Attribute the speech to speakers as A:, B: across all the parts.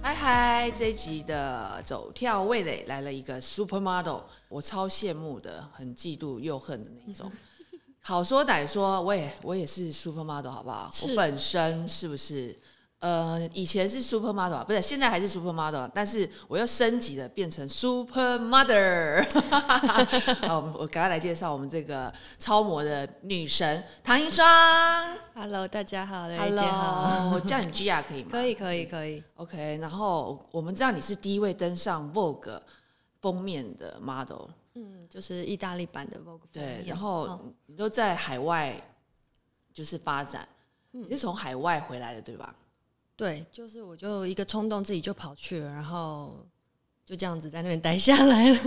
A: 嗨嗨，这一集的走跳味蕾来了一个 supermodel，我超羡慕的，很嫉妒又恨的那 种。好说歹说，我也我也是 supermodel，好不好？
B: 是
A: 我本身是不是？呃，以前是 supermodel，啊不是，现在还是 supermodel，但是我又升级了，变成 super mother。好，我们我赶快来介绍我们这个超模的女神唐一双。
B: Hello，大哎家好，雷姐好，
A: Hello，我叫你 Gia 可以吗？
B: 可以可以可以，
A: OK，然后我们知道你是第一位登上 Vogue 封面的 model，
B: 嗯，就是意大利版的 Vogue 封
A: 对
B: 面，
A: 然
B: 哦
A: 后你都在海外就是发展，
B: 嗯
A: 你是从海外回来的对吧？
B: 对，就是我就一个冲动，自己就跑去了，然后就这样子在那边待下来 了。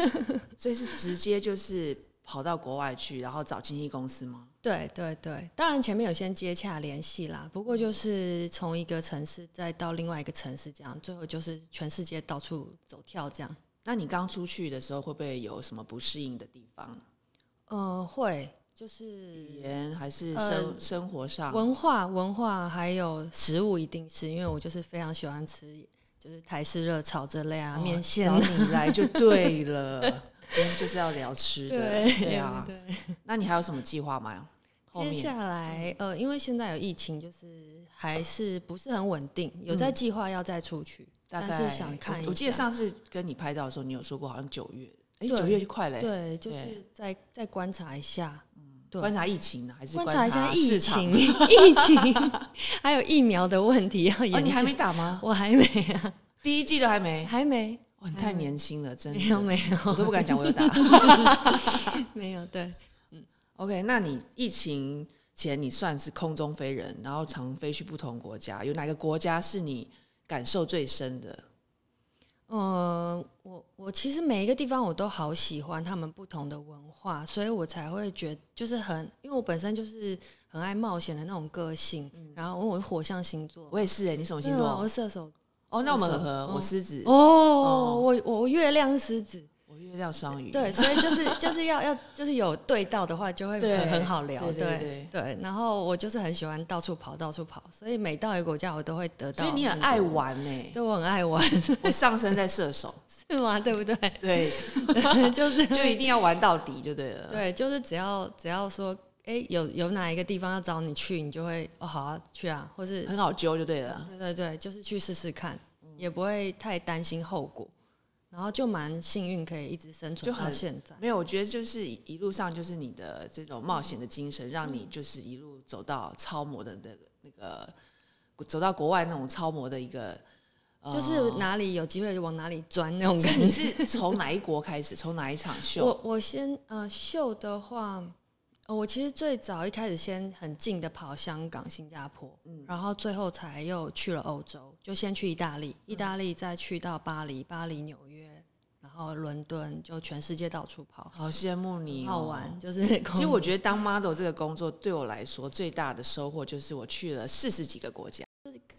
A: 所以是直接就是跑到国外去，然后找经纪公司吗？
B: 对对对，当然前面有先接洽联系啦，不过就是从一个城市再到另外一个城市，这样最后就是全世界到处走跳这样。
A: 那你刚出去的时候会不会有什么不适应的地方？
B: 嗯、会就
A: 语
B: 是
A: 言还是
B: 呃
A: 生、生活上？
B: 文化文化还有食物一定是因为我就是非常喜欢吃。就是台式热炒这类啊，
A: 哦
B: 面线
A: 找你来就对了，今天就是要聊吃的，
B: 对
A: 对啊。
B: 对
A: 那你还有什么计划吗？后
B: 接
A: 面
B: 下来，呃，因为现在有疫情，就是还是不是很稳定，有在计划要再出去，
A: 大概
B: 但是想看一下。
A: 我。我记得上次跟你拍照的时候，你有说过好像九月，哎，
B: 对
A: 九月就快了，
B: 对，就是再再观察一下，对
A: 观察疫情呢，还是
B: 观
A: 察
B: 察一下疫
A: 市场
B: 情，疫情还有疫苗的问题要研究。
A: 哦，你还没打吗？
B: 我还没 啊，
A: 第一季都还 没，
B: 还没，
A: 哇，你太年轻了，真
B: 没有
A: 的，
B: 没
A: 我
B: 有
A: 都不敢讲我有打。
B: 没有，对，
A: OK，那你疫情前你算是空中飞人，然后常飞去不同国家，有哪个国家是你感受最深的？
B: 嗯，我我其实每一个地方我都好喜欢他们不同的文化，所以我才会觉就是很，因为我本身就是很爱冒险的那种个性，然后因为我是火象星座，
A: 我也是哎，你什么
B: 真
A: 嗯星
B: 的啊吗
A: 座？
B: 我是射手。
A: 哦，那我们
B: 射
A: 很
B: 手
A: 合，我
B: 嗯
A: 狮子，
B: 哦，我我月亮是狮子，
A: 我月亮双鱼，
B: 对，所以就是就是要要就是有对到的话，就会
A: 对
B: 很很好聊，
A: 对对
B: 对对。然后我就是很喜欢到处跑，到处跑，所以每到一个国家，我都会得到。
A: 所以你很爱，玩哎，
B: 对我很爱玩，
A: 我上升在射手，
B: 是吗？对不 对？
A: 对，
B: 就是
A: 就一定要玩到底就对了。
B: 对，就是只要只要说，哎、有有哪一个地方要找你去，你就会哦，好啊，去啊，或是
A: 很好揪就对了。
B: 对对对，就是去试试看，也不会太担心后果，然后就蛮幸运可以一直生存
A: 就
B: 到
A: 很
B: 现在。
A: 没有，我觉得就是一路上就是你的这种冒险的精神，让你就是一路走到超模的那个那个，走到国外那种超模的一个，呃
B: 就是哪里有机会就往哪里钻那种
A: 所以
B: 感
A: 你
B: 觉。
A: 是从哪一国开始？从哪一场秀？
B: 我我先呃秀的话、呃我其实最早一开始先很近的跑香港、新加坡，
A: 嗯
B: 然后最后才又去了欧洲，就先去意大利，
A: 嗯
B: 意大利再去到巴黎，巴黎、纽约，然后伦敦，就全世界到处跑，
A: 好羡慕
B: 很
A: 你、哦，
B: 好。 玩，就是
A: 其实我觉得当 model 这个工作对我来说最大的收获就是我去了四十几个国家，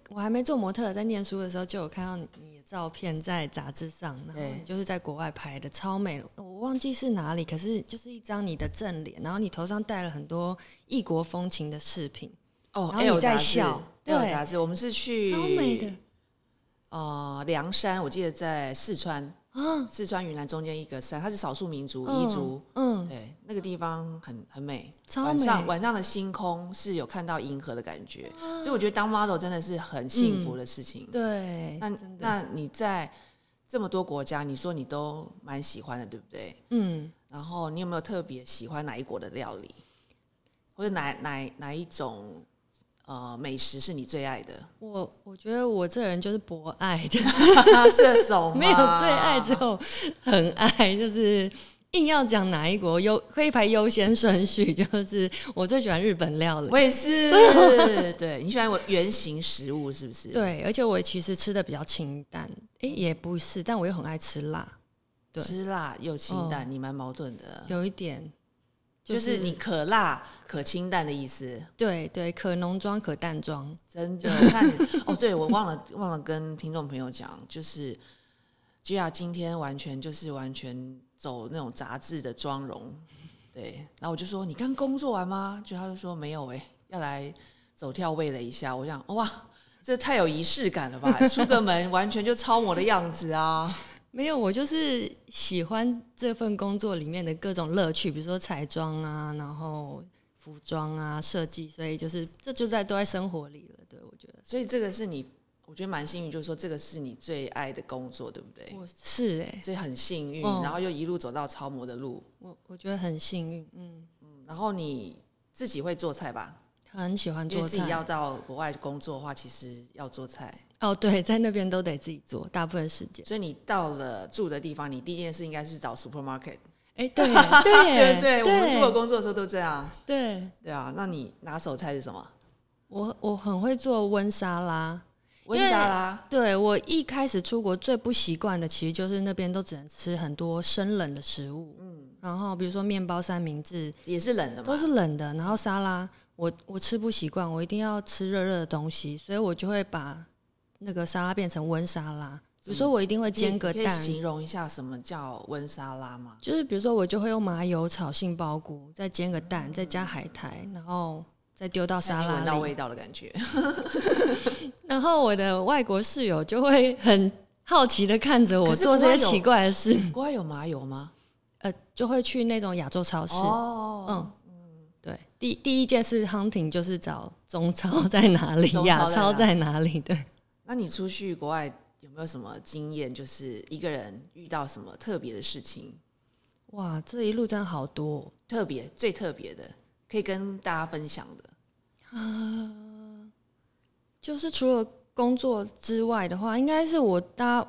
B: 我还没做模特，在念书的时候就有看到你的照片在杂志上，然后
A: 对
B: 你就是在国外拍的，超美的。我忘记是哪里，可是就是一张你的正脸，然后你头上戴了很多异国风情的饰品，
A: 哦，
B: 然后你在
A: L 杂志
B: 笑
A: ，L
B: 对
A: 杂志，我们是去
B: 超美的。
A: 呃，凉山，我记得在四川，
B: 啊
A: 四川云南中间一个山，它是少数民族
B: 嗯
A: 彝族，
B: 嗯，
A: 对，那个地方很很美，
B: 超
A: 晚
B: 美。啊
A: 上晚上的星空是有看到银河的感觉，所以我觉得当 model 真的是很幸福的事情。
B: 嗯对，
A: 那
B: 真的，
A: 那你在这么多国家，你说你都蛮喜欢的，对不对？
B: 嗯，
A: 然后你有没有特别喜欢哪一国的料理，或者哪哪哪一种呃美食是你最爱 的？
B: 我我觉得我这人就是博爱， 就
A: 射手吗
B: 没有最爱，只有很爱，就是。硬要讲哪一国优可以排优先顺序，就是我最喜欢日本料理。
A: 我也 是，对你喜欢我圆形食物是不是？，
B: 对，而且我其实吃的比较清淡，诶，也不是，但我又很爱吃辣，对嗯
A: 吃辣又清淡，你蛮矛盾的，
B: 有一点，
A: 就是你可辣可清淡的意思。
B: 对对，可浓妆可淡妆，
A: 真 的，我看你哦，对我忘了忘了跟听众朋友讲，就是吉雅今天完全就是完全走那种杂志的妆容，对。然后我就说你刚欸工作完吗？就他就说没有哎、要来走跳位了一下。我想哇，这太有仪式感了吧？出个门完全就超模的样子啊！
B: 没有，我就是喜欢这份工作里面的各种乐趣，比如说彩妆啊，然后服装啊、设计，所以就是这就在都在生活里了。对，我觉得
A: 所以这个是你，我觉得蛮幸运，就是说这个是你最爱的工作，对不对？
B: 我是哎、
A: 所以很幸运，
B: 嗯
A: 然后又一路走到超模的路。
B: 我我觉得很幸运，嗯，
A: 嗯然后你自己会做菜吧？
B: 很喜欢
A: 因为
B: 做
A: 自己
B: 菜。
A: 要到国外工作的话，其实要做菜。
B: 哦，对，在那边都得自己做，大部分时间。
A: 所以你到了住的地方，你第一件事应该是找 supermarket，
B: 哎，对 对
A: 对不对？我们出国工作的时候都这样，
B: 对，
A: 对啊。那你拿手菜是什么？
B: 我我很会做温沙拉。
A: 温莎拉，
B: 对我一开始出国最不习惯的，其实就是那边都只能吃很多生冷的食物，嗯，然后比如说面包、三明治
A: 也是冷的嘛，
B: 都是冷的，然后沙拉我我吃不习惯，我一定要吃热热的东西，所以我就会把那个沙拉变成温沙拉。比如说我一定会煎个
A: 嗯可以可以
B: 蛋，
A: 形容一下什么叫温莎拉吗？
B: 就是比如说我就会用麻油炒杏鲍菇，再煎个蛋，再加海苔，然后再丢到沙
A: 嗯让你
B: 拉
A: 闻到
B: 里。
A: 味道的感觉，
B: 然后我的外国室友就会很好奇的看着我
A: 可是
B: 做
A: 国外
B: 这些
A: 有
B: 奇怪的事，
A: 国外有麻油吗？
B: 呃，就会去那种亚洲超市。
A: 哦，
B: 嗯，对，第第一件事 hunting 就是找中超在哪里
A: 中，超
B: 亚
A: 在
B: 超
A: 哪
B: 在哪里。对，
A: 那你出去国外有没有什么经验？就是一个人遇到什么特别的事情，
B: 哇，这一路真的好多哦、
A: 特别最特别的，可以跟大家分享的。
B: 就是除了工作之外的话，应该是我搭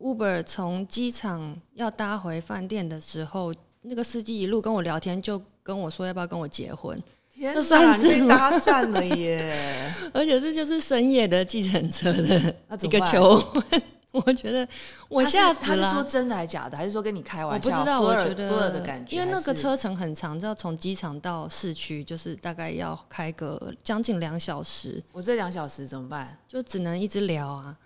B: Uber 从机场要搭回饭店的时候，那个司机一路跟我聊天，就跟我说要不要跟我结婚，
A: 天
B: 这
A: 哪，
B: 算
A: 你
B: 是
A: 被
B: 吗
A: 搭讪了耶！
B: 而且这就是深夜的计程车的
A: 那 怎
B: 一
A: 么
B: 个
A: 办
B: 求婚， 我觉觉得我
A: 他是
B: 吓死
A: 他是说
B: 了。
A: 真的还假的，还是说跟你开
B: 我
A: 玩
B: 不
A: 笑？
B: 知道，
A: 多
B: 我
A: 尔
B: 觉
A: 多尔
B: 得
A: 的感觉，
B: 因为那个
A: 还是
B: 车程很长，要从机场到市区，就是大概要开个将近两小时，
A: 我这两小时怎么办？
B: 就只能一直聊啊。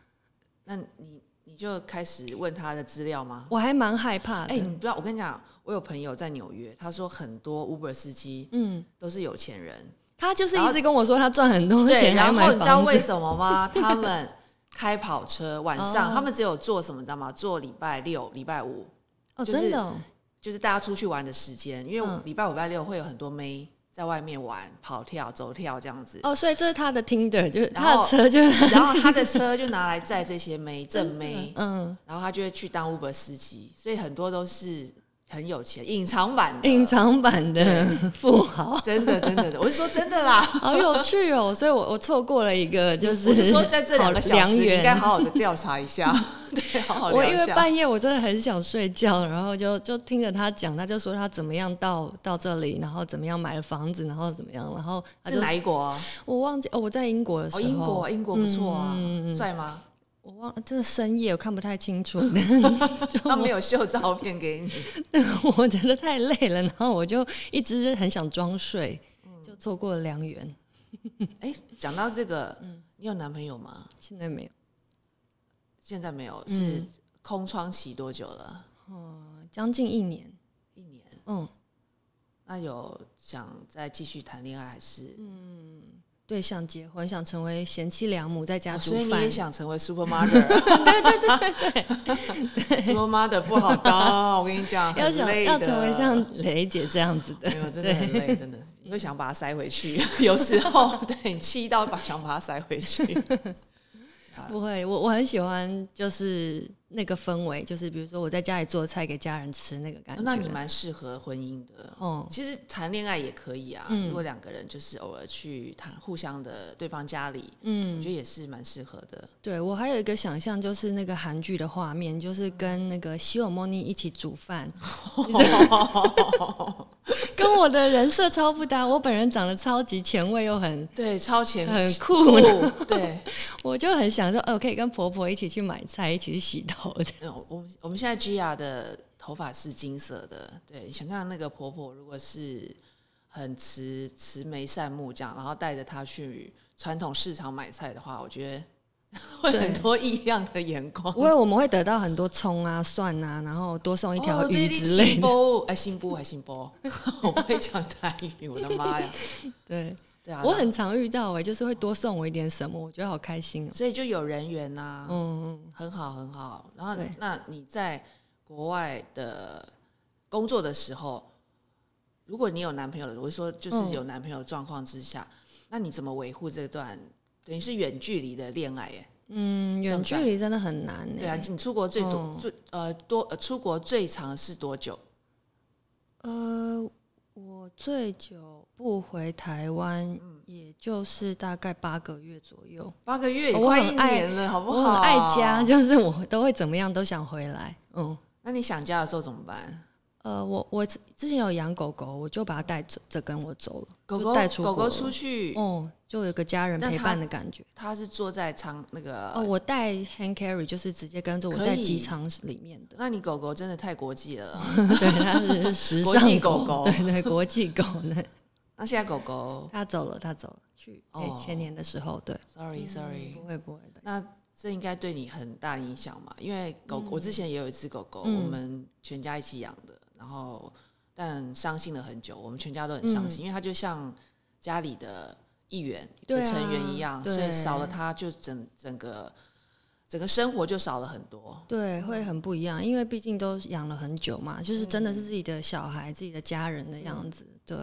A: 那你你就开始问他的资料吗？
B: 我还蛮害怕的。
A: 哎、你不要，我跟你讲，我有朋友在纽约，他说很多 Uber 司机
B: 嗯，
A: 都是有钱人，
B: 他就是
A: 然
B: 一
A: 后
B: 直跟我说他赚很多
A: 对，
B: 钱，还
A: 然
B: 买
A: 后你知道
B: 房
A: 为
B: 子。
A: 什么 吗？他们开跑车，晚上、他们只有做什么，你知道吗？做礼拜六、礼拜五，
B: 哦，
A: 就是
B: 真的哦
A: 就是大家出去玩的时间，因为
B: 嗯
A: 礼拜五、礼拜六会有很多妹在外面玩、跑跳、走跳这样子。
B: 哦，所以这是他的 Tinder，就是
A: 然
B: 他的
A: 后
B: 车就是
A: 然后他的车就拿来载这些妹正妹，
B: 嗯，
A: 然后他就会去当 Uber 司机，所以很多都是很有钱，隐藏版的，
B: 隐藏版的 富豪，
A: 真的真的的，我是说真的啦。
B: 好有趣哦。所以我我错过了一个， 就是
A: 我就说在这两个小
B: 好
A: 时，
B: 良
A: 你应该
B: 缘
A: 好好的调查一 下，对，好好
B: 我
A: 聊
B: 因为
A: 一下。
B: 半夜我真的很想睡觉，然后就 就听着他讲，他就说他怎么样到到这里，然后怎么样买了房子，然后怎么样，然后他
A: 是
B: 就
A: 哪一国啊？
B: 我忘记哦，我在英国的
A: 哦，
B: 时候，
A: 英国，英国不错啊，帅 吗？
B: 我忘了，真的深夜我看不太清楚，
A: 他没有秀照片给你，
B: 我觉得太累了，然后我就一直很想装睡，就错过了良缘，
A: 哎，讲到这个，你有男朋友吗？
B: 现在没有，
A: 现在没有，是空窗期多久了？
B: 嗯将近一年，
A: 一年。
B: 嗯，
A: 那有想再继续谈恋爱，还是？
B: 对，想结婚，想成为贤妻良母，在家
A: 哦
B: 煮
A: 所以你
B: 饭
A: 也，想成为 super mother？对对 对对，super mother 不好当，我跟你讲，
B: 要
A: 很
B: 想
A: 累
B: 要
A: 的
B: 成为像雷姐这样子的，
A: 没有，真的很累，真的，你会想把它塞回去。有时候， 对你气到把想把它塞回去。
B: 不会，我我很喜欢，就是那个氛围，就是比如说我在家里做菜给家人吃哦那个感觉。
A: 那你蛮适合婚姻的。
B: 哦，
A: 其实谈恋爱也可以啊，
B: 嗯
A: 如果两个人就是偶尔去谈互相的对方家里，我
B: 嗯，
A: 觉得也是蛮适合的。
B: 对我还有一个想象，就是那个韩剧的画面，就是跟那个希尔莫尼一起煮 饭，跟我的人设超不搭。我本人长得超级前卫又很
A: 对，超前
B: 很
A: 酷
B: 酷，
A: 对，
B: 我就很想说，哦，可以跟婆婆一起去买菜，一起去洗头。这样
A: 嗯我们我们现在 Gia 的头发是金色的，对，想象那个婆婆如果是很慈慈眉善目这样，然后带着她去传统市场买菜的话，我觉得 会
B: 对
A: 很多异样的眼光。
B: 不会，我们会得到很多葱啊、蒜啊，然后多送一条
A: 哦这
B: 鱼
A: 一定
B: 之类
A: 新
B: 的。
A: 哎 波哎，新波还新波，我不会讲台语，我的妈呀！
B: 对，
A: 对啊，
B: 我很常遇到哎、就是会多送我一点什么，我觉得好开心哦、
A: 所以就有人缘呐、
B: 嗯
A: 很好很好。然后
B: 对
A: 那你在国外的工作的时候，如果你有男朋友的，我是说就是
B: 嗯
A: 有男朋友的状况之下，那你怎么维护这段等于是远距离的恋爱耶？
B: 嗯，远距离真的很难哎、
A: 对啊，你出国最多、
B: 嗯
A: 最呃多呃出国最长是多久？
B: 呃，我最久不回台湾，
A: 嗯
B: 也就是大概八个月左右。
A: 八个月也
B: 哦我
A: 快
B: 很
A: 一
B: 爱
A: 年了，好不好？
B: 我很爱家，。就是我都会怎么样都想回来。嗯，
A: 那你想家的时候怎么办？
B: 呃，我我之之前有养狗狗，我就把它带走，这跟我走了，
A: 狗
B: 就
A: 狗
B: 带出
A: 狗
B: 国
A: 狗
B: 了
A: 出去，
B: 哦、就有个家人
A: 那
B: 陪
A: 它
B: 伴的感觉。
A: 它是坐在舱那个。
B: 哦，我带 hand carry 就是直接跟着我
A: 可
B: 在
A: 以
B: 机场里面 的，
A: 那你狗狗真的太国际了。
B: 对，它是时
A: 国际
B: 尚
A: 狗狗
B: 对对，国际狗对，
A: 那现在狗狗
B: 它走了，它走了，去哎
A: 哦嗯
B: 前年的时候，对，
A: ，sorry sorry，、
B: 不会不会的。
A: 那这应该对你很大的影响嘛？因为狗，我之前也有一只狗狗，
B: 嗯
A: 我们全家一起养的，然后但伤心了很久，我们全家都
B: 嗯
A: 很伤心，因为它就像家里的一员
B: 对
A: 的
B: 啊
A: 成员一样，
B: 对
A: 所以少了它就整整个整个生活就少了很多。
B: 对，会很不一样，因为毕竟都养了很久嘛，就是真的是自己的小孩、自己的家人的样子。对，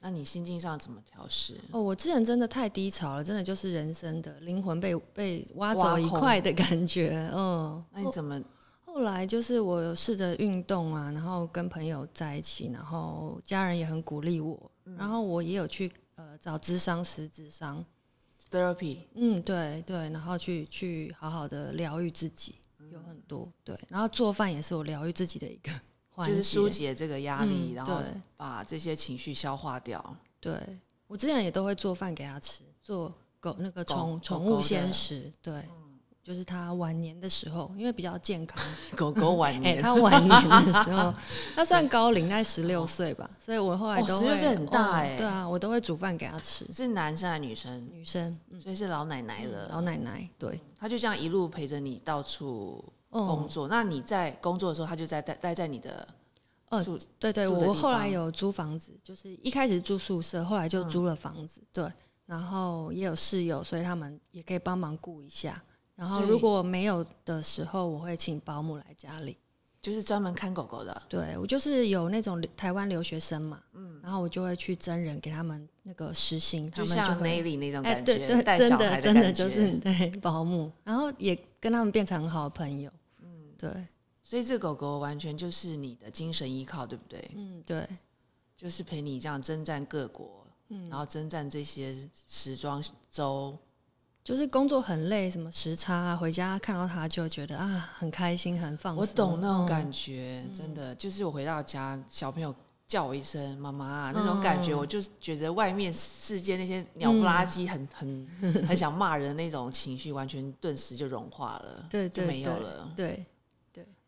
A: 那你心境上怎么调试？
B: 哦，我之前真的太低潮了，真的就是人生的灵魂被被
A: 挖
B: 挖走一
A: 空
B: 块的感觉。嗯，
A: 那你怎么
B: 后来就是我有试着运动啊，然后跟朋友在一起，然后家人也很鼓励我，然后我也有去呃找智商师智商，
A: therapy？
B: 嗯，对对，然后去去好好的疗愈自己，有很多对，然后做饭也是我疗愈自己的一 个环
A: 就
B: 节，
A: 是疏解这个压力，
B: 嗯
A: 然后
B: 对
A: 把这些情绪消化掉。
B: 对我之前也都会做饭给他吃，做狗那个
A: 狗
B: 宠
A: 狗
B: 宠
A: 狗
B: 物
A: 的
B: 鲜食，对，就是他晚年的时候，因为比较健康，
A: 狗狗晚
B: 哎、
A: 年，
B: 他晚年的时 候，他算高龄，在十六岁吧，所以我后来
A: 哦16
B: 都会、
A: 岁很大
B: 哦
A: 哎
B: 对啊，我都会煮饭给他吃，
A: 是男生还是女生？
B: 女生，嗯，
A: 所以是老奶奶了，
B: 老奶奶，对，
A: 她就这样一路陪着你到处
B: 哦、
A: 嗯工作。那你在工作的时候，她就在待待在你的
B: 呃
A: 住
B: 对对，
A: 住的
B: 我
A: 地
B: 后来
A: 方嗯
B: 有租房子，就是一开始住宿舍，后来就租了房子，对，然后也有室友，所以他们也可以帮忙顾一下。然后
A: 所以
B: 如果没有的时候，我会请保姆来家里。
A: 就是专门看狗狗的。
B: 对我就是有那种留台湾留学生嘛，然后我就会去真人给他们那个实行，他
A: 嗯就
B: 们就
A: 像
B: 会
A: Nelly 那种
B: 哎、
A: 感
B: 对
A: 觉，
B: 对，
A: 带
B: 真
A: 小孩
B: 的真的
A: 感
B: 就
A: 觉。
B: 是 对保姆，然后也跟他们变成很好的朋友。嗯，对，
A: 所以这狗狗完全就是你的精神依靠，对不对？
B: 嗯对，
A: 就是陪你这样征战各国，
B: 嗯
A: 然后征战这些时装周，
B: 就是工作很累，什么时差啊，回家看到他就觉得啊很开心，很放松。
A: 我懂那种
B: 嗯
A: 感觉，真的就是我回到家，小朋友叫我一声“妈妈、啊”，那种感觉，
B: 嗯
A: 我就觉得外面世界那些鸟不拉几、很
B: 嗯
A: 很很想骂人的那种情绪，完全顿时就融化了，
B: 嗯对对
A: 就没有了。
B: 对，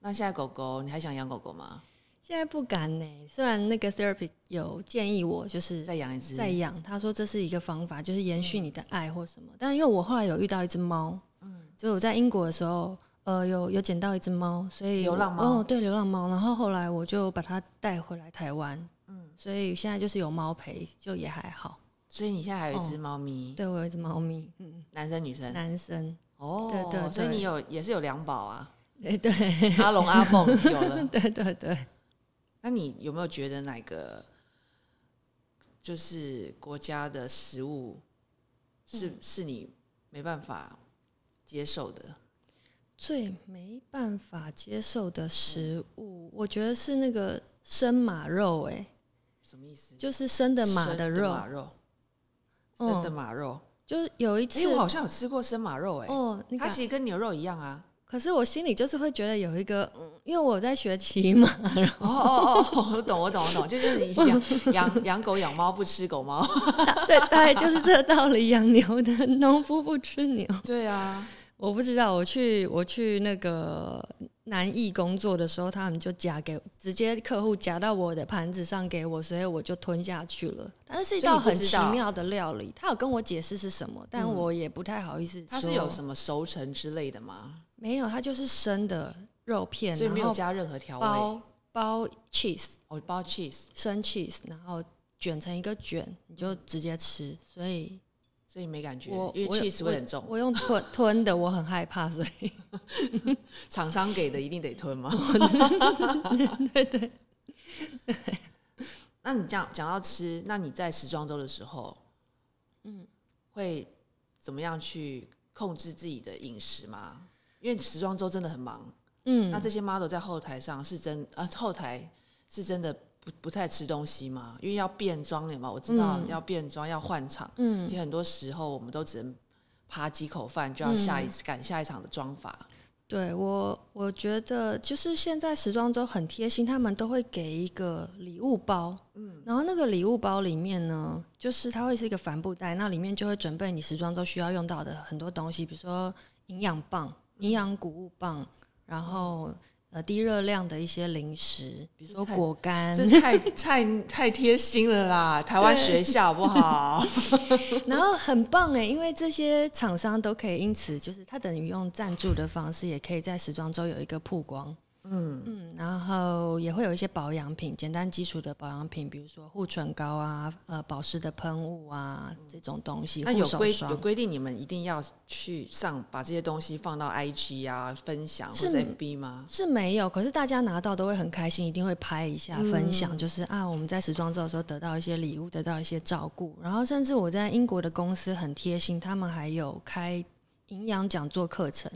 A: 那现在狗狗，你还想养狗狗吗？
B: 现在不敢呢、虽然那个 therapy 有建议我就是
A: 再养一只？
B: 再养，他说这是一个方法，就是延
A: 嗯
B: 续你的爱或什么。但因为我后来有遇到一只猫，嗯，就我在英国的时候，呃，有有捡到一只猫，所以
A: 流
B: 我
A: 浪猫
B: 哦，对，流浪猫。然后后来我就把它带回来台湾，嗯，所以现在就是有猫陪，就也还好。
A: 所以你现在还有一只猫咪，
B: 哦对我有一只猫咪，嗯，
A: 男生女生？
B: 男生，
A: 哦，
B: 对对对
A: 所以你有也是有两宝啊，
B: 对对
A: 阿龙阿凤有了。
B: 对对对。
A: 那你有没有觉得哪个就是国家的食物是、
B: 嗯
A: 是你没办法接受的？
B: 最没办法接受的食物，我觉得是那个生马肉、欸，
A: 什么意思？
B: 就是生的马
A: 生
B: 的肉，
A: 马肉，
B: 嗯
A: 生的马肉。
B: 就是有一
A: 哎、
B: 次
A: 我，好像有吃过生马肉、哎、
B: 哦，那个
A: 它其实跟牛肉一样 啊。
B: 可是我心里就是会觉得有一个，嗯因为我在学骑马，
A: 哦哦哦哦，我懂，我懂，我懂，就是你养养养狗养猫不吃狗猫。
B: 大对，大概就是这个道理。养牛的农夫不吃牛，
A: 对啊，
B: 我不知道。我去我去那个南艺工作的时候，他们就夹给直接客户夹到我的盘子上给我，所以我就吞下去了。但是是一
A: 所以
B: 道
A: 你不
B: 很
A: 知
B: 奇
A: 道嗯
B: 妙的料理，他有跟我解释是什么，但我也不太好意思说。
A: 它是有什么熟成之类的吗？
B: 没有，它就是生的肉片，
A: 所以没
B: 然
A: 有
B: 后
A: 加任何调味。
B: 包包 cheese
A: 哦，包 cheese，
B: 生 cheese，然后卷成一个卷，你就直接吃，所以
A: 所以没感觉
B: 我，
A: 因为
B: 我有
A: cheese 会很重。
B: 我用吞吞的，我很害怕，所以
A: 厂商给的一定得吞吗？
B: 对对，
A: 那你讲讲到吃，那你在时装周的时候，嗯，会怎么样去控制自己的饮食吗？因为时装周真的很忙，
B: 嗯，
A: 那这些 model 在后台上是真啊，后台是真的不不太吃东西吗？因为要变装的嘛，我知道
B: 嗯
A: 要变装、要换场，
B: 嗯
A: 其实很多时候我们都只能扒几口饭
B: 嗯
A: 就要下一次赶下一场的妆法，
B: 对我，我觉得就是现在时装周很贴心，他们都会给一个礼物包，嗯，然后那个礼物包里面呢，就是它会是一个帆布袋，那里面就会准备你时装周需要用到的很多东西，比如说营养棒、营养谷物棒，然后呃低热量的一些零食，比如说
A: 太
B: 果干，
A: 这 太太太贴心了啦！台湾学校好不 好？
B: 然后很棒哎，因为这些厂商都可以，因此就是它等于用赞助的方式，也可以在时装周有一个曝光。嗯嗯，然后也会有一些保养品，简单基础的保养品，比如说护唇膏啊、呃保湿的喷雾啊这种东西，
A: 嗯那
B: 护
A: 有
B: 手
A: 规有
B: 霜。
A: 规定，你们一定要去上把这些东西放到 IG 啊、分享或
B: 是
A: 者 FB 吗？
B: 是没有，可是大家拿到都会很开心，一定会拍一下、分
A: 嗯
B: 享，就是啊，我们在时装周的时候得到一些礼物，得到一些照顾，然后甚至我在英国的公司很贴心，他们还有开营养讲座课程，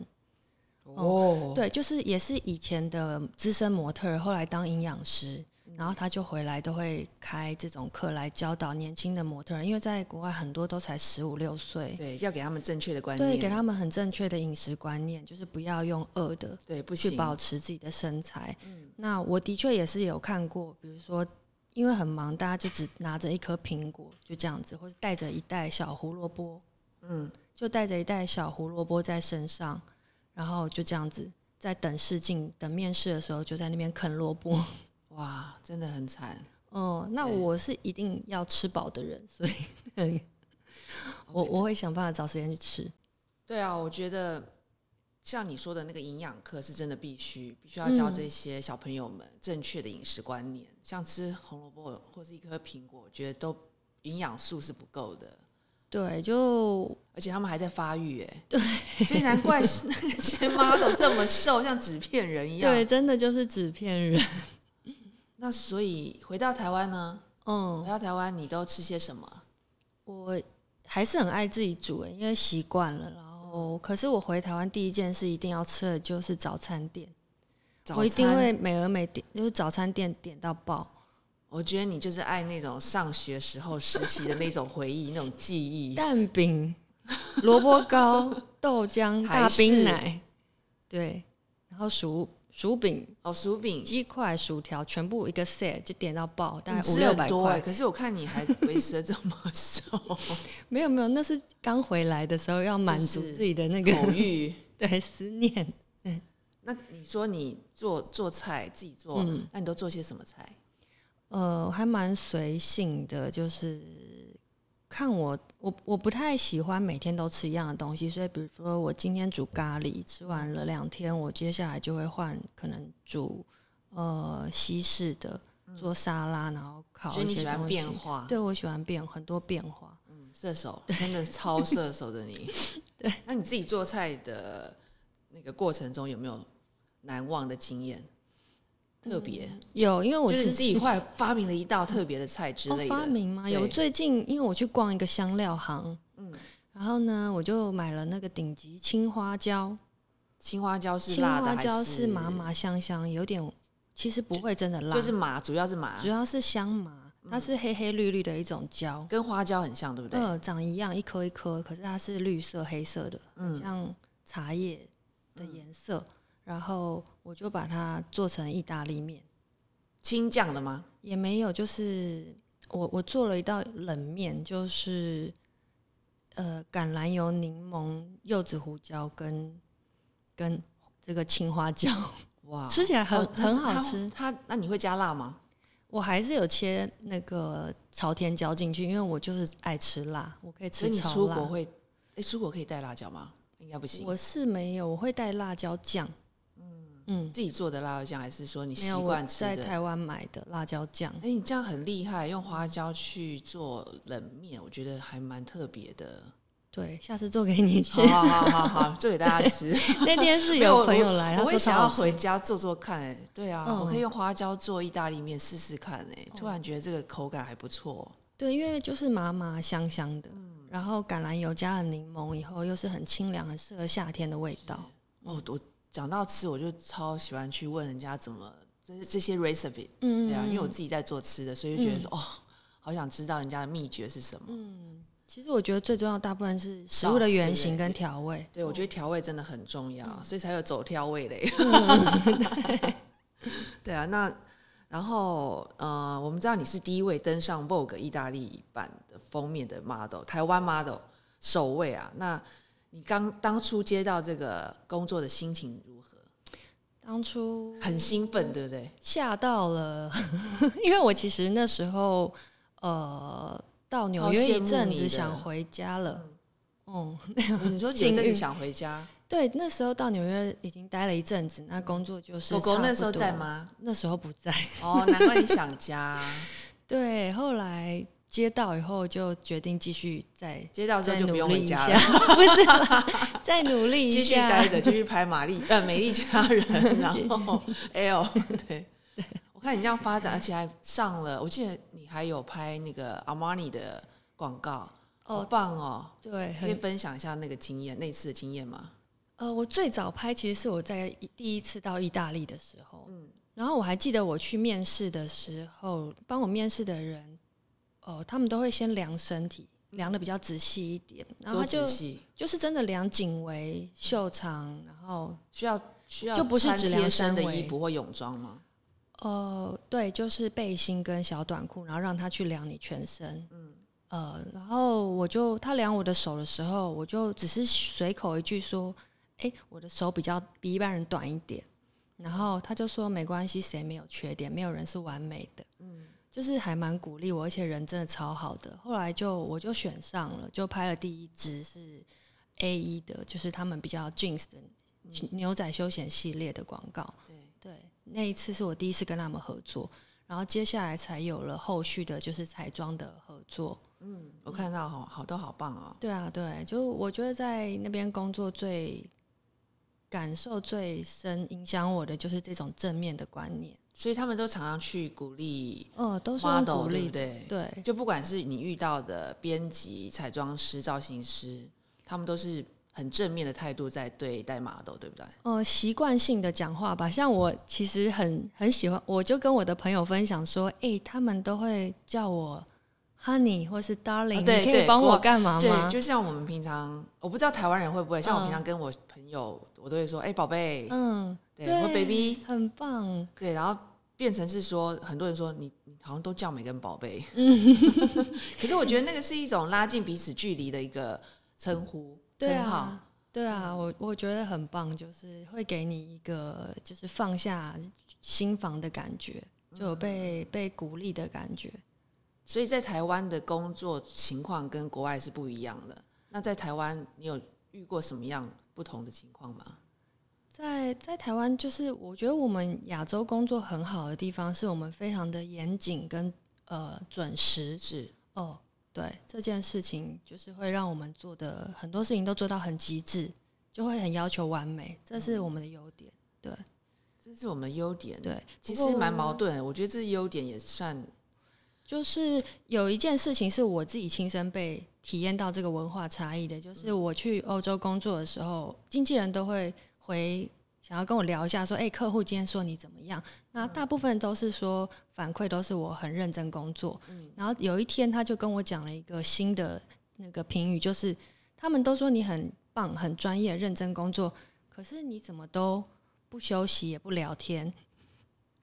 A: 哦，
B: 对，就是也是以前的资深模特儿，后来当营养师，然后他就回来都会开这种课来教导年轻的模特儿，因为在国外很多都才十五六岁，
A: 对，要给他们正确的观念，
B: 对，给他们很正确的饮食观念，就是不要用饿的
A: 对不
B: 去
A: 行，嗯
B: 保持自己的身材。那我的确也是有看过，比如说。因为很忙，大家就只拿着一颗苹果就这样子，或者带着一袋小胡萝卜，
A: 嗯，
B: 就带着一袋小胡萝卜在身上，然后就这样子在等试镜、等面试的时候，就在那边啃萝卜。
A: 嗯哇，真的很惨。
B: 哦、那
A: 对
B: 我是一定要吃饱的人，所以我我会想办法找时间去吃。
A: 对啊，我觉得像你说的那个营养课是真的必须，必须要教这些小朋友们正确的饮食观念，像吃红萝卜或是一颗苹果，我觉得都营养素是不够的。
B: 对，就
A: 而且他们还在发育，哎，对，所以难怪 那些 model 这么瘦，像纸片人一样。
B: 对，真的就是纸片人。
A: 那所以回到台湾呢？回
B: 嗯，
A: 到台湾，你都吃些什么？
B: 我还是很爱自己煮、欸，因为习惯了。然后，可是我回台湾第一件事一定要吃的就是早餐店，
A: 早餐
B: 我一定会美而美点，就是早餐店点到爆。
A: 我觉得你就是爱那种上学时候时期的那种回忆、那种记 忆。
B: 蛋饼、萝卜糕、豆浆、
A: 台式
B: 大冰奶，对，然后薯薯饼、
A: 哦，薯饼，
B: 鸡块、薯条，全部一个 set 就点到爆，大
A: 你
B: 概五
A: 吃
B: 六
A: 很
B: 百
A: 多哎，
B: 块。
A: 可是我看你还维持的这么 瘦，
B: 没有没有，那是刚回来的时候要满足
A: 就是
B: 自己的那个、
A: 口欲。
B: 对思念。
A: 那你说你做做菜自己做，
B: 嗯
A: 那你都做些什么菜？
B: 呃，还蛮随性的，就是看我，我我不太喜欢每天都吃一样的东西，所以比如说我今天煮咖喱，吃完了两天，我接下来就会换可能煮呃西式的，做沙拉，然后烤
A: 嗯所以
B: 一
A: 你
B: 些
A: 喜欢
B: 东
A: 变
B: 西。
A: 化，
B: 对，我喜欢变很多变化。
A: 嗯射手，真的超射手的 你。对，那你自己做菜的那个过程中有没有难忘的经验？特别，
B: 有，因为嗯我
A: 就是你
B: 之
A: 自己
B: 前
A: 快发明了一道特别的菜之
B: 哦
A: 类的。
B: 发明吗？有，
A: 对
B: 最近因为我去逛一个香料行，
A: 嗯，
B: 然后呢，我就买了那个顶级青花椒。
A: 青花椒是
B: 青
A: 辣的
B: 花
A: 还
B: 椒
A: 是
B: 是麻，麻香香，有点其实不会真的辣，
A: 就是麻，主要是麻
B: 主，要是香麻，它是黑黑绿绿的一种椒，
A: 跟花椒很像，对不对？
B: 呃，长一样，一颗一颗，可是它是绿色黑色的，
A: 嗯
B: 很像茶叶的颜色。然后我就把它做成意大利面，
A: 青酱的吗？
B: 也没有，就是我我做了一道冷面，就是呃橄榄油、柠檬、柚子胡椒跟跟这个青花椒，
A: 哇，
B: 吃起来很
A: 哦它
B: 很好吃
A: 它它那你会加辣吗？
B: 我还是有切那个朝天椒进去，因为我就是爱吃辣，我可以
A: 所
B: 吃
A: 以你
B: 超
A: 出国
B: 辣。
A: 会，哎，出国可以带辣椒吗？应该不行。
B: 我是没有，我会带辣椒酱。嗯，嗯，
A: 自己做的辣椒酱，还是说你
B: 没
A: 习
B: 有我
A: 惯吃
B: 在
A: 的？
B: 台湾买的辣椒酱，
A: 哎、你这样很厉害，用花椒去做冷面，我觉得还蛮特别 的。
B: 对，下次做给你吃
A: 好。好好好好，做给大家吃。
B: 那天是
A: 哦没
B: 有
A: 我
B: 朋友来，
A: 我
B: 他
A: 会
B: 说
A: 想要
B: 他
A: 回家做做看、哎，对啊，
B: 嗯
A: 我可以用花椒做意大利面试试看、哎，
B: 哦
A: 突然觉得这个口感还不错。
B: 对，因为就是麻麻香香的，
A: 嗯
B: 然后橄榄油加了柠檬以后，又是很清凉，很适合夏天的味道。
A: 哦，我讲到吃，我就超喜欢去问人家怎么这这些 recipe，
B: 嗯，
A: 对啊，因为我自己在做吃的，所以就觉得说、哦，好想知道人家的秘诀是什么。
B: 嗯其实我觉得最重要的大部分是食物的原型跟调味。
A: 对，我觉得调味真的很重要，
B: 嗯
A: 所以才有走调味嘞。 对啊，那然后呃，我们知道你是第一位登上 Vogue 意大利版的封面的 model，台湾 model 首位啊。那你刚当初接到这个工作的心情如何？
B: 当初
A: 很兴奋，
B: 嗯
A: 对不对？
B: 吓到了， 因为我其实那时候呃到纽约一阵子想回家了，嗯，
A: 你说
B: 幸
A: 有
B: 运
A: 阵子想回家，
B: 对，那时候到纽约已经待了一阵子，那工作就是
A: 狗狗
B: 差不
A: 那时候
B: 多
A: 在？吗？
B: 那时候不在，
A: 哦，难怪你想家。
B: 对，后来接到以后就决定继续再
A: 接到之后
B: 再
A: 就不
B: 努
A: 用
B: 力
A: 回
B: 一
A: 家
B: 下
A: 了，，
B: 不是啦，再努 力
A: 继
B: 一
A: 续
B: 下
A: 待。着，继续拍玛 丽呃美丽佳人，然后 L 对。我看你这样发展，而且还上了，我记得你还有拍那个 Armani 的广告，
B: 哦
A: 好棒哦！
B: 对，
A: 可以
B: 很
A: 分享一下那个经验，那次的经验吗？
B: 呃，我最早拍其实是我在一第一次到意大利的时候，
A: 嗯
B: 然后我还记得我去面试的时候，帮我面试的人，哦、他们都会先量身体，量的比较仔细一点，然后
A: 多
B: 他就
A: 仔细，
B: 就是真的量颈围、袖长，然后
A: 需要需要
B: 就不是
A: 穿
B: 只量
A: 贴身的
B: 三围
A: 衣服或泳装吗？
B: 呃，对，就是背心跟小短裤，然后让他去量你全身。嗯，呃，然后我就他量我的手的时候，我就只是随口一句说：“哎，我的手比较比一般人短一点。”然后他就说：“没关系，谁没有缺点？没有人是完美的。”嗯，就是还蛮鼓励我，而且人真的超好的。后来就我就选上了，就拍了第一支是 A 一的，就是他们比较 jeans 的牛仔休闲系列的广告。
A: 对，
B: 对，那一次是我第一次跟他们合作，然后接下来才有了后续的就是彩妆的合作。
A: 我看到好好都好棒哦。
B: 对啊，对，就我觉得在那边工作最感受最深、影响我的就是这种正面的观念。
A: 所以他们都常常去鼓励
B: 呃，都是用
A: model，
B: 鼓
A: 对
B: 励
A: 不
B: 的，
A: 对？
B: 对
A: 就不管是你遇到的编辑、彩妆师、造型师，他们都是很正面的态度在对待 model，对不对？
B: 呃，习惯性的讲话吧。像我其实很很喜欢，我就跟我的朋友分享说，哎、他们都会叫我 honey 或是 darling，、
A: 对
B: 你可
A: 对
B: 以帮
A: 国
B: 啊我干嘛吗
A: 对，？就像我们平常，我不知道台湾人会不会，像我平常跟我朋友，我都会说，哎、宝贝，
B: 嗯，
A: 对，我说 baby，
B: 很棒。
A: 对，然后变成是说，很多人说你你好像都叫每个人宝贝，
B: 嗯
A: 可是我觉得那个是一种拉近彼此距离的一个称呼，
B: 对
A: 称号。
B: 啊，对啊，
A: 嗯
B: 我我觉得很棒，就是会给你一个就是放下心房的感觉，就
A: 嗯
B: 有被被鼓励的感觉。
A: 所以在台湾的工作情况跟国外是不一样的。那在台湾，你有遇过什么样不同的情况吗？
B: 在在台湾，就是我觉得我们亚洲工作很好的地方，是我们非常的严谨跟呃准时
A: 是
B: 哦。对这件事情，就是会让我们做的很多事情都做到很极致，就会很要求完美，这是
A: 嗯
B: 我们的优点。
A: 这是我们的优点。，
B: 对，
A: 其
B: 不过
A: 实蛮矛盾的。我觉得这是优点也算
B: 就是有一件事情是我自己亲身被体验到这个文化差异的，就是我去欧洲工作的时候，经纪人都会回想要跟我聊一下，说：“哎、客户今天说你怎么样？”那大部分都是说反馈都是我很认真工作。然后有一天他就跟我讲了一个新的那个评语，就是他们都说你很棒、很专业、认真工作，可是你怎么都不休息也不聊天。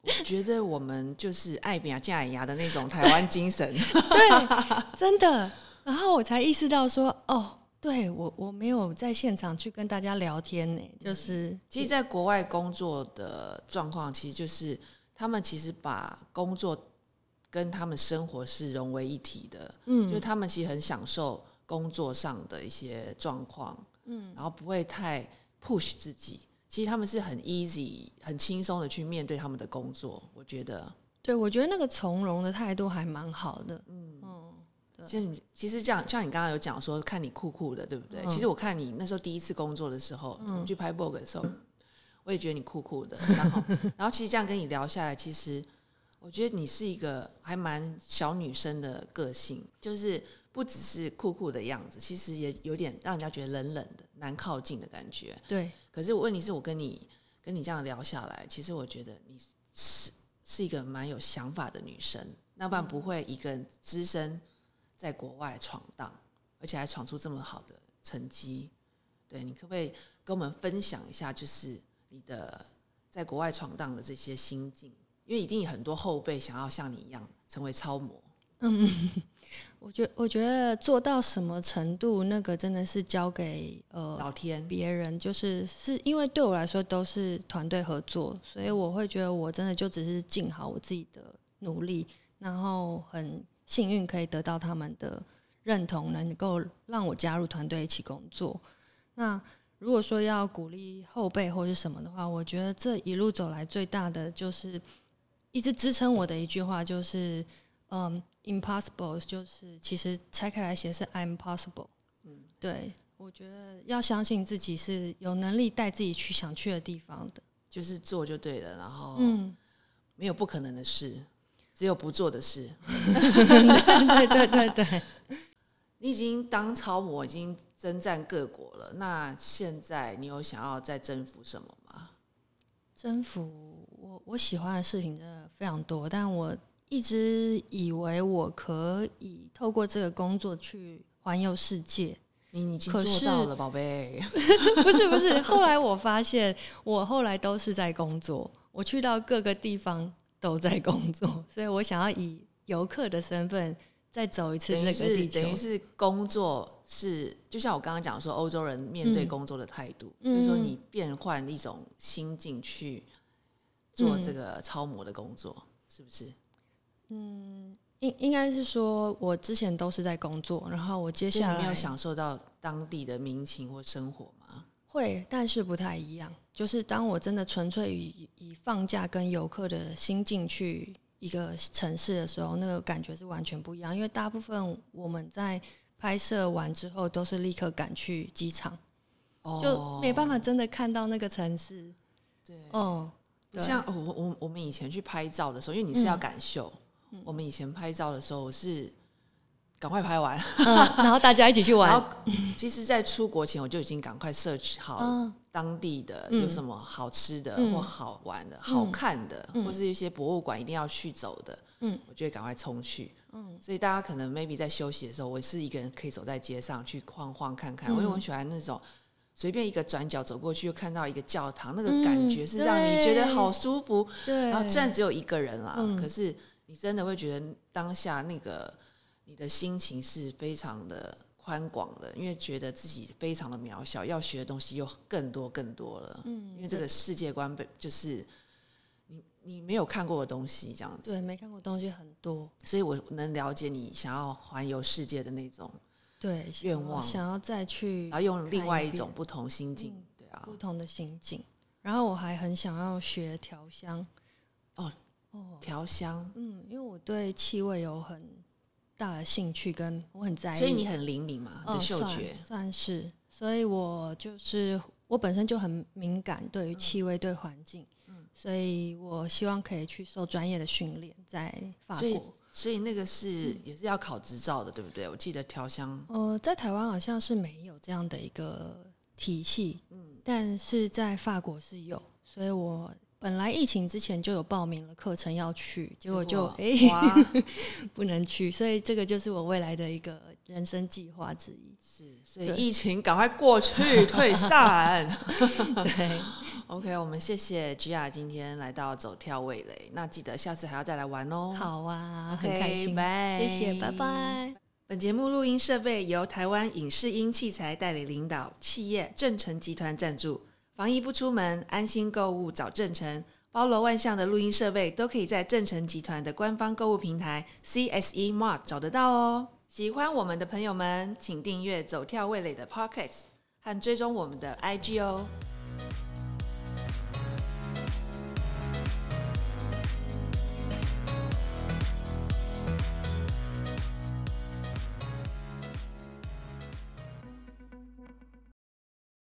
A: 我觉得我们就是爱比亚架牙的那种台湾精神。
B: 对，真的。然后我才意识到说，哦，对我我没有在现场去跟大家聊天呢，就是
A: 其实，在国外工作的状况，其实就是他们其实把工作跟他们生活是融为一体的。嗯，就是他们其实很享受工作上的一些状况，嗯，然后不会太 push 自己。其实他们是很 easy、很轻松的去面对他们的工作。我觉得，
B: 对，我觉得那个从容的态度还蛮好的。嗯，
A: 像你其实这样，像你刚刚有讲说，看你酷酷的，对不对？
B: 嗯
A: 其实我看你那时候第一次工作的时候，你去拍 vlog 的时候，我也觉得你酷酷的。然 后，然后其实这样跟你聊下来，其实我觉得你是一个还蛮小女生的个性，就是不只是酷酷的样子，其实也有点让人家觉得冷冷的、难靠近的感觉。
B: 对，
A: 可是问题是我跟你跟你这样聊下来，其实我觉得你是是一个蛮有想法的女生，那不然不会一个人只身在国外闯荡，而且还闯出这么好的成绩。对你可不可以跟我们分享一下，就是你的在国外闯荡的这些心境？因为一定有很多后辈想要像你一样成为超模，
B: 我觉我觉得做到什么程度，那个真的是交给呃
A: 老天
B: 别人就是是因为对我来说都是团队合作，所以我会觉得我真的就只是尽好我自己的努力，然后很幸运可以得到他们的认同，能够让我加入团队一起工作。那如果说要鼓励后辈或是什么的话，我觉得这一路走来最大的就是一直支撑我的一句话就是，嗯，impossible，就是其实拆开来写是 I'm possible。嗯，对，我觉得要相信自己是有能力带自己去想去的地方的。
A: 就是做就对了，然后
B: 嗯，
A: 没有不可能的事，只有不做的事。
B: 对对对对，
A: 你已经当超模，已经征战各国了。那现在你有想要再征服什么吗？
B: 征服我我喜欢的事情真的非常多，但我一直以为我可以透过这个工作去环游世界，
A: 你已经
B: 可
A: 做
B: 是
A: 到了，宝贝。
B: 不是不是，后来我发现，我后来都是在工作，我去到各个地方都在工作， 所以我想要以游客的身份再走一次
A: 等
B: 这
A: 于
B: 个
A: 是
B: 地
A: 等于
B: 球。
A: 是工作是，就像我刚刚讲说，欧洲人面对
B: 嗯
A: 工作的态度，
B: 嗯
A: 就是说你变换一种心境去做
B: 嗯
A: 这个超模的工作，是不是？
B: 应应该是说，我之前都是在工作，然后我接
A: 接下
B: 下
A: 来没有
B: 来
A: 享受到当地的民情或生活吗？
B: 会，但是不太一样。就是当我真的纯粹以以放假跟游客的心境去一个城市的时候，那个感觉是完全不一样。因为大部分我们在拍摄完之后，都是立刻赶去机场。就没办
A: 法。
B: 法真的看到那个城市。
A: 哦对，
B: 哦，对嗯
A: 像哦我我我们以前去拍照的时候，因为你是要赶秀，我们以前拍照的时候我是赶快拍 完，
B: 嗯，然后大家一起 去
A: 然
B: 玩，
A: 后其实，在出国前我就已经赶快 search 好
B: 嗯
A: 当地的
B: 嗯
A: 有什么好吃的
B: 嗯
A: 或好玩的、好看的，或是一些博物馆一定要去走的，
B: 嗯，
A: 我就会赶快冲去。
B: 嗯
A: 所以大家可能 maybe 在休息的时候，我是一个人可以走在街上去晃晃看看，
B: 嗯
A: 因为我很喜欢那种。随便一个转角走过去，就看到一个教堂，那个
B: 嗯
A: 感觉是让你觉得
B: 对
A: 好舒服，
B: 对，
A: 然后虽然只有一个人啦，
B: 嗯
A: 可是你真的会觉得当下那个你的心情是非常的宽广的，因为觉得自己非常的渺小，要学的东西又更多更多了。
B: 嗯
A: 因为这个世界观被就是你你没有看过的东西这样子，
B: 对没看过东西很多，
A: 所以我能了解你想要环游世界的那种，
B: 对
A: 愿
B: 想要
A: 望哎
B: 想要再去
A: 然后用另外
B: 看一
A: 一
B: 遍嗯
A: 种不同心境，对啊
B: 不，同的心境。然后我还很想要学调香，
A: 哦
B: 哦
A: 调香，
B: 嗯，因为我对气味有很大的兴趣，跟我很在意，
A: 所以你很灵敏嘛，你
B: 嗯
A: 的嗅
B: 算
A: 觉，
B: 算是，所以我就是我本身就很敏感，对于
A: 嗯
B: 气味、对环境，所以我希望可以去受专业的训练，在法
A: 所以
B: 国。嗯
A: 所以那个是也是要考执照的，对不对？我记得调香。
B: 呃，在台湾好像是没有这样的一个体系，
A: 嗯
B: 但是在法国是有，所以我本来疫情之前就有报名了课程要去，结果就哎、诶
A: 哇，
B: 不能去，所以这个就是我未来的一个人生计划之一。
A: 是，所以
B: 对
A: 疫情赶快过去，退散。
B: 对，
A: OK，我们谢谢 Gia 今天来到走跳味蕾，那记得下次还要再来玩哦。
B: 好啊，很开
A: ，OK，
B: 心，
A: 拜，
B: 谢谢，拜拜。
A: 本节目录音设备由台湾影视音器材代理领导企业正成集团赞助。防疫不出门，安心购物找正成。包罗万象的录音设备都可以在正成集团的官方购物平台 CSE Mart 找得到哦。喜欢我们的朋友们，请订阅“走跳味蕾”的 Podcast 和追踪我们的 IG 哦。